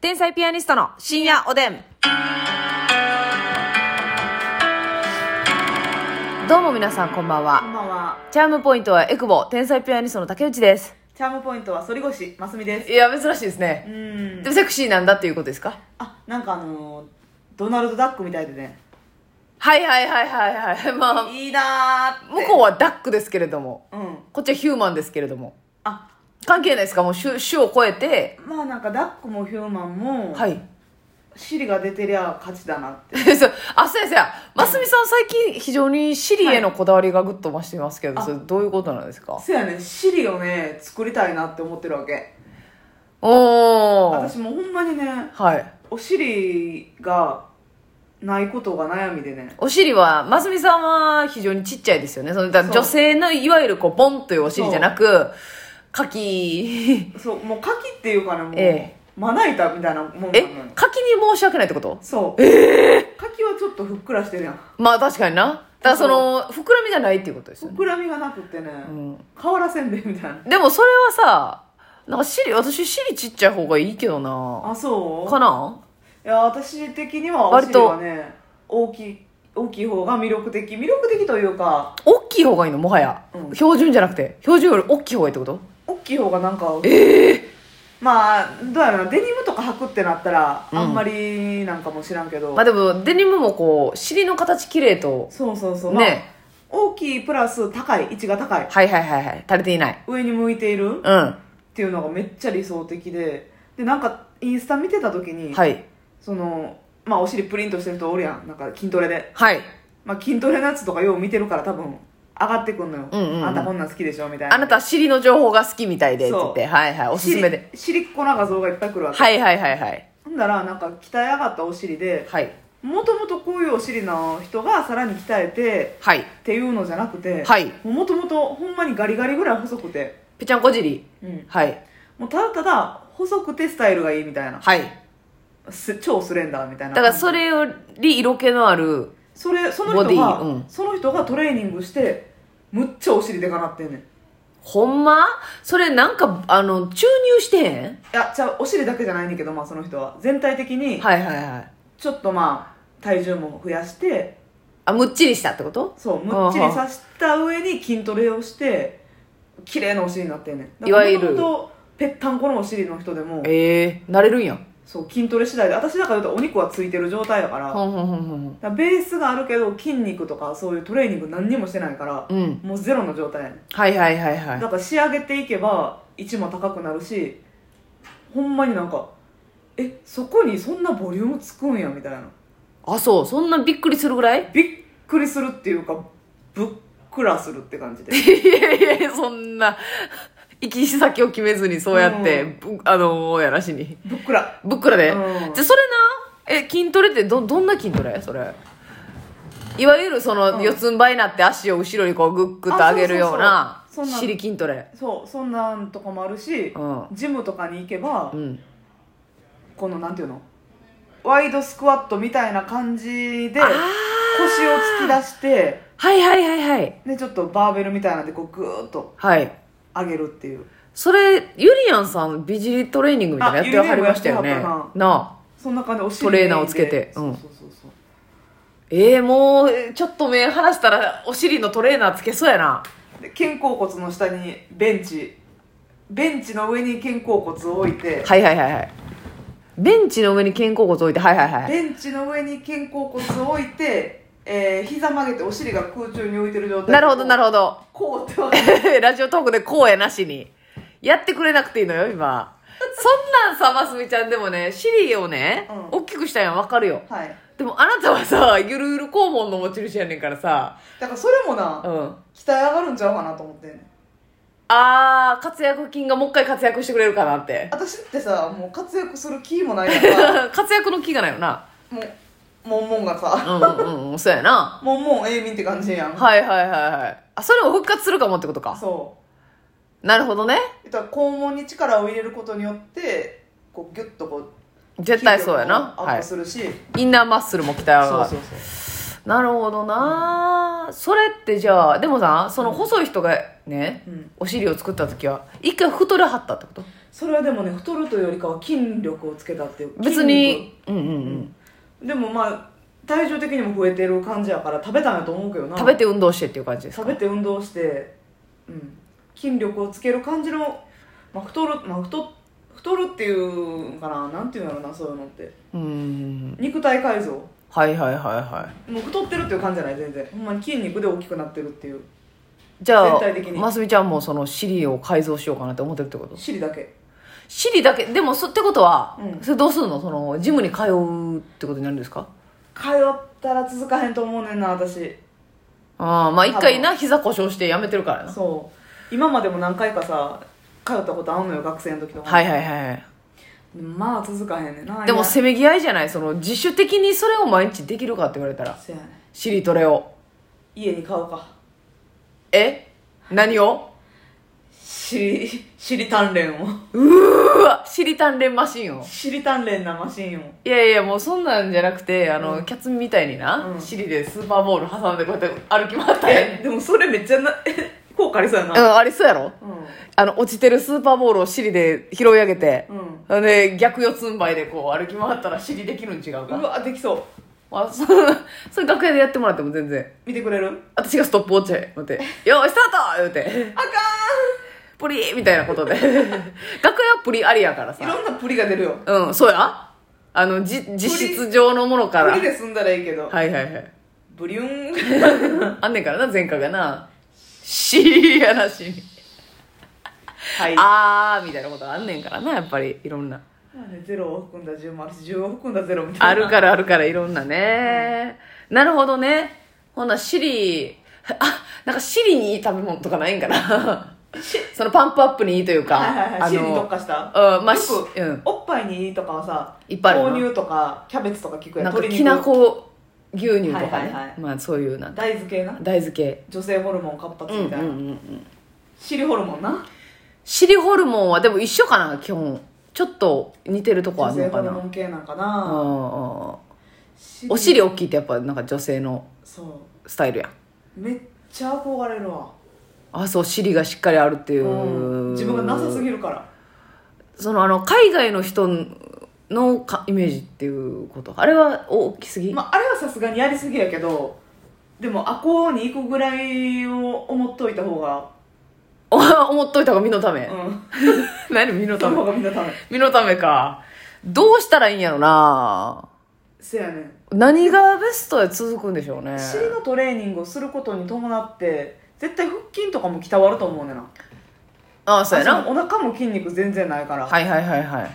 天才ピアニストの深夜おでん。どうも皆さんこんばんこんは。ばんは。チャームポイントはエクボ、天才ピアニストの竹内です。チャームポイントは反り腰、ますみです。いや、珍しいですうね。んで。もセクシーなんだっていうことですかあ、なんかあのードナルド・ダックみたいでね。はいはいはいはいはい。 まあ、向いいなーって。こうはダックですけれども、う。うん。こっちはヒューマンですけれども。あ、関係ないですかもう種種を超えて、まあなんかダックもヒューマンも、はい。尻が出てりゃ勝ちだなって。 そうあそうやそうやますみさん最近非常にシリへのこだわりがぐっと増してますけど、はいそれどういうことなんですかそうやね、尻をね、作りたいなって思ってるわけ。おお私もうほんまにね、はいお尻がないことが悩みでね。お尻はますみさんは非常にちっちゃいですよねそのだからそう女性のいわゆるこうポンというお尻じゃなくカキ そう、もうカキっていうかね、もう、えまな板みたいなもんなえのよカキに申し訳ないってことそう。ええカキはちょっとふっくらしてるやん。まあ確かになだからその膨らみじゃないっていうことですよね膨らみがなくてね、ん瓦せんべいみたいなでもそれはさなんか尻私尻ちっちゃい方がいいけどなあそうかないや私的にはお尻はね大きい大きい方が魅力的魅力的というか大きい方がいいのもはや、うん標準じゃなくて標準より大きい方がいいってこと大きい方がなんかええまあどうやろなデニムとか履くってなったら、うんあんまりなんかも知らんけど、まあでもデニムもこう尻の形綺麗とそうそうそう、まあね大きいプラス高い位置が高いはいはいはいはい足りていない上に向いているっうんていうのがめっちゃ理想的ででなんかインスタ見てた時に、はいそのまあお尻プリンとしてる人おるやんなんか筋トレではいまあ、筋トレのやつとかよう見てるから多分上がってくんのよ、うんうんうんあんたこんなん好きでしょみたいなあなたは尻の情報が好きみたいでって言ってそはいはいおすすめで尻尻っこな画像がいっぱい来るわけ、はいはいはいはいほんだらなんか鍛え上がったお尻ではいもともとこういうお尻の人がさらに鍛えてはいっていうのじゃなくて、はいもともとほんまにガリガリぐらい細くて、ぺちゃんこ尻うん、はいもうただただ細くてスタイルがいいみたいなはいす超スレンダーみたいなだからそれより色気のあるそれそのボデ人が、ィうんその人がトレーニングしてむっちゃお尻でかなってんねんいほんまそれなんかあの注入してへんやじゃあお尻だけじゃないねんけど、まあ、その人は全体的にはいはいはいちょっとまあ体重も増やしてあむっちりしたってことそうむっちりさした上に筋トレをして綺麗なお尻になってんねんいわゆるもともとぺったんこのお尻の人でもええー、なれるんやそう筋トレ次第で私だから言うとお肉はついてる状態やからだかほんほんほんほんほんらベースがあるけど筋肉とかそういうトレーニング何にもしてないからうんもうゼロの状態やねんはいはいはいはいだから仕上げていけば位置も高くなるしほんまになんかえそこにそんなボリュームつくんやみたいなあそうそんなびっくりするぐらいびっくりするっていうかぶっくらするって感じ でいやいやいやそんな行き先を決めずにそうやって、ぶあのーやらしにぶっくらぶっくらで、うんじゃあそれなえ筋トレってどどんな筋トレそれいわゆるその、うん四つん這いになって足を後ろにこうグッグッと上げるようなあそうそうそうそんなん尻筋トレそうそんなんとかもあるし、うんジムとかに行けば、うんこのなんていうのワイドスクワットみたいな感じで腰をあー突き出してはいはいはいはいでちょっとバーベルみたいなんでこうグーッとはい上げるっていうそれゆりやんさん美尻トレーニングみたいなのやってはりましたよねあゆりやんもやってはっなあそんな感じでお尻トレーナーをつけてメインうでんそうそうそうそえー、もうえーちょっと目離したらお尻のトレーナーつけそうやなうで肩甲骨の下にベンチベンチの上に肩甲骨を置いて、はいはいはいはいベンチの上に肩甲骨置いてはいはいはいベンチの上に肩甲骨を置いて、えー、膝曲げてお尻が空中に浮いてる状態なるほどなるるほどほどこうってわけ ラジオトークでこうやなしにやってくれなくていいのよ今そんなんさますみちゃんでもね尻をね、うん大きくしたんやんわかるよはいでもあなたはさゆるゆる肛門の持ち主やねんからさだからそれもな、うん鍛え上がるんちゃうかなと思ってんねんあー活躍筋がもう一回活躍してくれるかなって私ってさもう活躍する気もないから 活躍の気がないよなもうもんもんがさうんうんうんそうやなもんもん永遠って感じやん、はいはいはいはいあそれも復活するかもってことかそなるほどねうだから肛門に力を入れることによってこうギュッとこう絶対そうやな筋力もアはップするし、いインナーマッスルも鍛え上がるうそうなるほどなそれってじゃあでもさその細い人がね、うんお尻を作った時は一回太れはったってことそれはでもね太るというよりかは筋力をつけたっていう別にうんうんう筋ん肉でもまあ体重的にも増えてる感じやから食べたんやと思うけどな食べて運動してっていう感じですか食べて運動して、うん、筋力をつける感じの、まあ、太る、まあ、太太るっていうんかななんていうんだろうなそういうのってうん肉体改造もはいはいはいはう太ってるっていう感じじゃない全然ほんまに筋肉で大きくなってるっていういじゃあ全体的にますみちゃんもその尻を改造しようかなって思ってるってこと尻だけ尻だけでもそってことは、うんそれどうするのそのジムに通うってことになるんですか通ったら続かへんと思うねんな私ああまあ一回な膝故障してやめてるからなそう今までも何回かさ通ったことあんのよ学生の時とかもはいはいはいまあ続かへんねんなでも今せめぎ合いじゃないその自主的にそれを毎日できるかって言われたらせやねん尻トレを家に買おうかえ何を尻尻鍛錬 をうわ尻鍛錬マシンを尻鍛錬なマシンをいやいやもうそんなんじゃなくてあの、うんキャッツミみたいにな、うん尻でスーパーボール挟んでこうやって歩き回ったらえでもそれめっちゃな効果ありそうやうなうんありそうやろあの落ちてるスーパーボールを尻で拾い上げて、ん、うん、ほんで逆四つん這いでこう歩き回ったら尻できるん違うかうわできそうあそ それ楽屋でやってもらっても全然見てくれる私がストップウォッチ持って「よーいスタート!」言うてあか「プリー!」みたいなことで 楽屋はプリありやからんいさろんなプリが出るようんそうやあのじ実質上のものからプはリいで済んだらいいけどはい はいブリュン あんねんからな前科がなしやなしはいあーみたいなことがあんねんからなやっぱりいろんなまあねゼロを含んだ10もあるし10を含んだゼロみたいなあるからあるからいろんなね、なるほどねほんなシリあなんかシリにいい食べ物とかないんかなそのパンプアップにいいというかはいはいはあい尻に特の化したうんまあよしく、うんおっぱいにいいとかはさいっぱいあるな豆乳とかキャベツとか聞くやんなんか鶏きなこ牛乳とかね、はいはいはいまあそういうなんか大豆系な大豆系女性ホルモン活う発んうみんうたいんな、うん尻ホルモンなシリホルモンはでも一緒かな基本ちょっと似てるとこあ女るの性ホかルなモン系なんかあなーお尻大きいってやっぱなんか女性のそうスタイルやんめっちゃ憧れるわ、あそう尻がしっかりあるっていう、うん自分がなさすぎるからそのあの海外の人のかイメージっていうことあれは大きすぎ、まあ、あれはさすがにやりすぎやけどでもあこうに行くぐらいを思っといた方がお 思っといた方が身のため、 うん何身のそたのめ方がみんなため身のためかどうしたらいいんやろなせやねん何がベストで続くんでしょうね尻のトレーニングをすることに伴って絶対腹筋とかも鍛わると思うねんなああそうやなあそのお腹も筋肉全然ないから、はいはいはいはい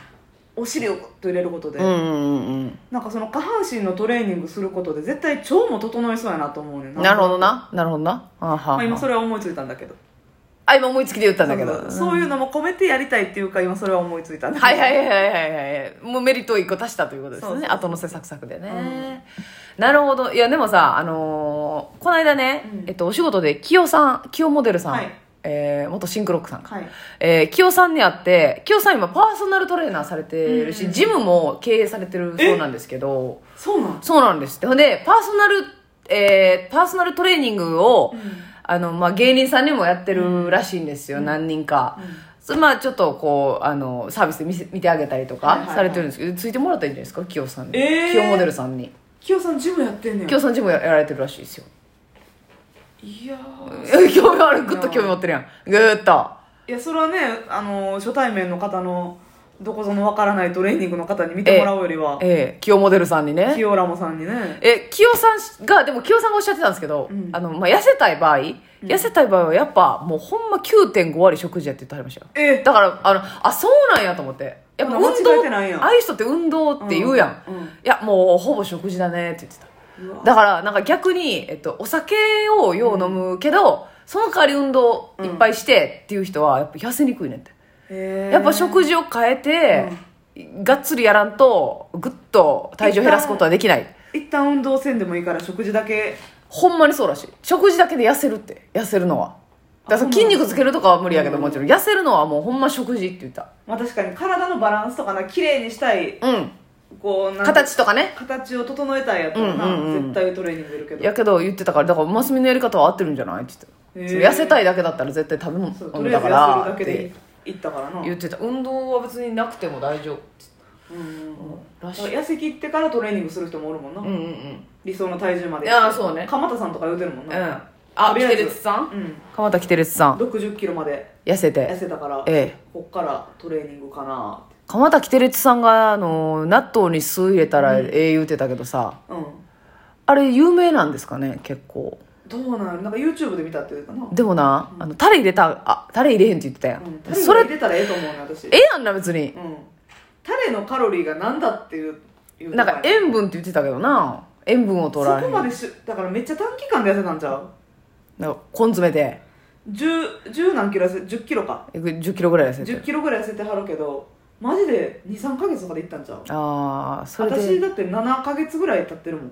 お尻をグッと入れることで、うんうんうんなんかその下半身のトレーニングすることで絶対腸も整いそうやなと思うねんうんなるほど、ななるほどなあはは、まあ、今それは思いついたんだけどあ今思いつきで言ったんだけどそうそうそういうのも込めてやりたいっていうか今それは思いついたんだけどはいはいはいはいはいもうメリットを1個足したということですねそうそうそう後乗せサクサクでね、なるほどいやでもさあのーこの間ね、うんえっと、お仕事でキヨさんキヨモデルさん、はいえー元シンクロックさんか、はいえー、キヨさんに会ってキヨさん今パーソナルトレーナーされてるし、うんジムも経営されてるそうなんですけどそうなんそうなんですってほんでパーソナル、えーパーソナルトレーニングを、あのまあ、芸人さんにもやってるらしいんですよ、何人か、そまあちょっとこうあのサービスで見せ見てあげたりとはいはいかはいされてるんですけど、ついてもらったらいいんじゃないですかキヨさんに、えーキヨモデルさんにきよさんジムやってんねキヨやさんちもややられてるらしいですよいやー興味あるグッと興味持ってるやんグーッといやそれはね、あのー初対面の方のどこぞのわからないトレーニングの方に見てもらうよりは、ええキヨモデルさんにねキヨラモさんにねえキヨさんがでもキヨさんがおっしゃってたんですけど、うんあのまあ、痩せたい場合痩せたい場合はやっぱもうほんま9.5割食事やって言ってはりましたよえだからあのあそうなんやと思ってやっぱ運動間違えてないやんああいう人って運動って言うやん、うんうんいやもうほぼ食事だねって言ってたうわだからなんか逆に、えっと、お酒をよう飲むけど、その代わり運動いっぱいしてっていう人はやっぱ痩せにくいねんって、へーやっぱ食事を変えて、がっつりやらんとぐっと体重を減らすことはできない一旦運動せんでもいいから食事だけほんまにそうらしい食事だけで痩せるって痩せるのはだからそのあそ筋うなんだ肉つけるとかは無理やけどうんもちろん痩せるのはもうほんま食事って言ったまあ確かに体のバランスとかな綺麗にしたいうんこうなん形とかね形を整えたいやったらな、うんうんうん絶対トレーニングいるけどやけど言ってたからだからマスミのやり方は合ってるんじゃないって言ってたへーそれ痩せたいだけだったら絶対食べそう物とりあだえかず痩せらるだけってでいい行ったからな、うん言ってた運動は別になくても大丈夫ってうんうん、らだしからい痩せ切ってからトレーニングする人もおるもんな、うんうんうん理想の体重までいやそうね鎌田さんとか言うてるもんうな、んあとりキあえテずレツさんうん鎌田キテレツさん6 0キロまで痩せ痩てせたから、ええこっからトレーニングかなって鎌田キテレツさんがあの納豆に酢入れたらええ言うてたけどさうんあれ有名なんですかね結構どうなるなんか YouTube で見たっていうかな、でもなあのタレ入れたあタレ入れへんって言ってたやうん、んタそレれ入れたらええと思うね私ええやんな別にうん、タレのカロリーが何だっていういうなんかとこや塩分って言ってたけどな塩分をそ取られこへんまでしだからめっちゃ短期間で痩せたんちゃうなんか根詰めて 10, 10何キロ痩せ1 0キロか1 0キロぐらい痩せ1て0キロぐらい痩せてはるけどマジで23か月とかでいったんちゃうああそれ私でだって7か月ぐらい経ってるもん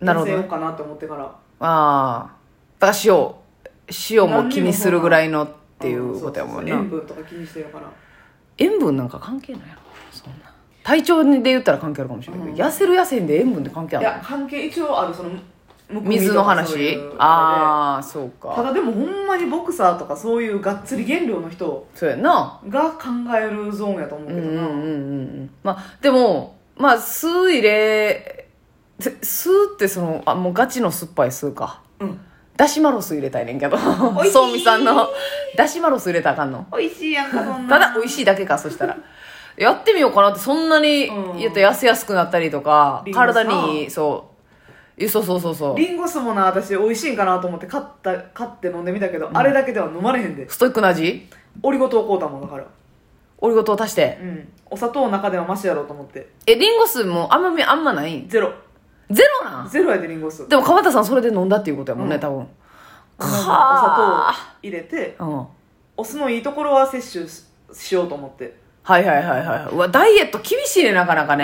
なるほど痩せようかなと思ってからああだから塩塩も気にするぐらいのっていうことやもんうなそうそう塩分とか気にしてるから塩分なんか関係ないやろそんな体調で言ったら関係あるかもしれないけど、痩せる痩せんで塩分って関係あいるのや関係一応あるそのむくみとか水のそう話いうあああそうれでたかだでもほんまにボクサーとかそういうがっつり減量の人そうやなが考えるゾーンやと思ううけんうどんな、うんうんまあでもまあ酢入れて酢ってそのあもうガチの酸っぱい酢かうんだしマロス入れたいねんけどいしいそうみさんのだしマロス入れたらあかんの美味しいやんかそんなただ美味しいだけかそしたらやってみようかなってそんなにうんやったら痩せやすくなったりとか、リンゴさ体にいいそうえそうそうそうそうリンゴ酢もな私美味しいんかなと思って買った買って飲んでみたけど、あれだけでは飲まれへんでストイックな味オリゴ糖買うたもんだからオリゴ糖足してうんお砂糖の中ではマシやろうと思ってえリンゴ酢も甘みあんまないんゼロゼロなんゼロやでリンゴ酢でも鎌田さんそれで飲んだっていうことやもんね、うん多分おは砂あ糖入れてうんはお酢のいいところは摂取ししようと思っていはいはいはいうわダイエット厳しいねなかなかね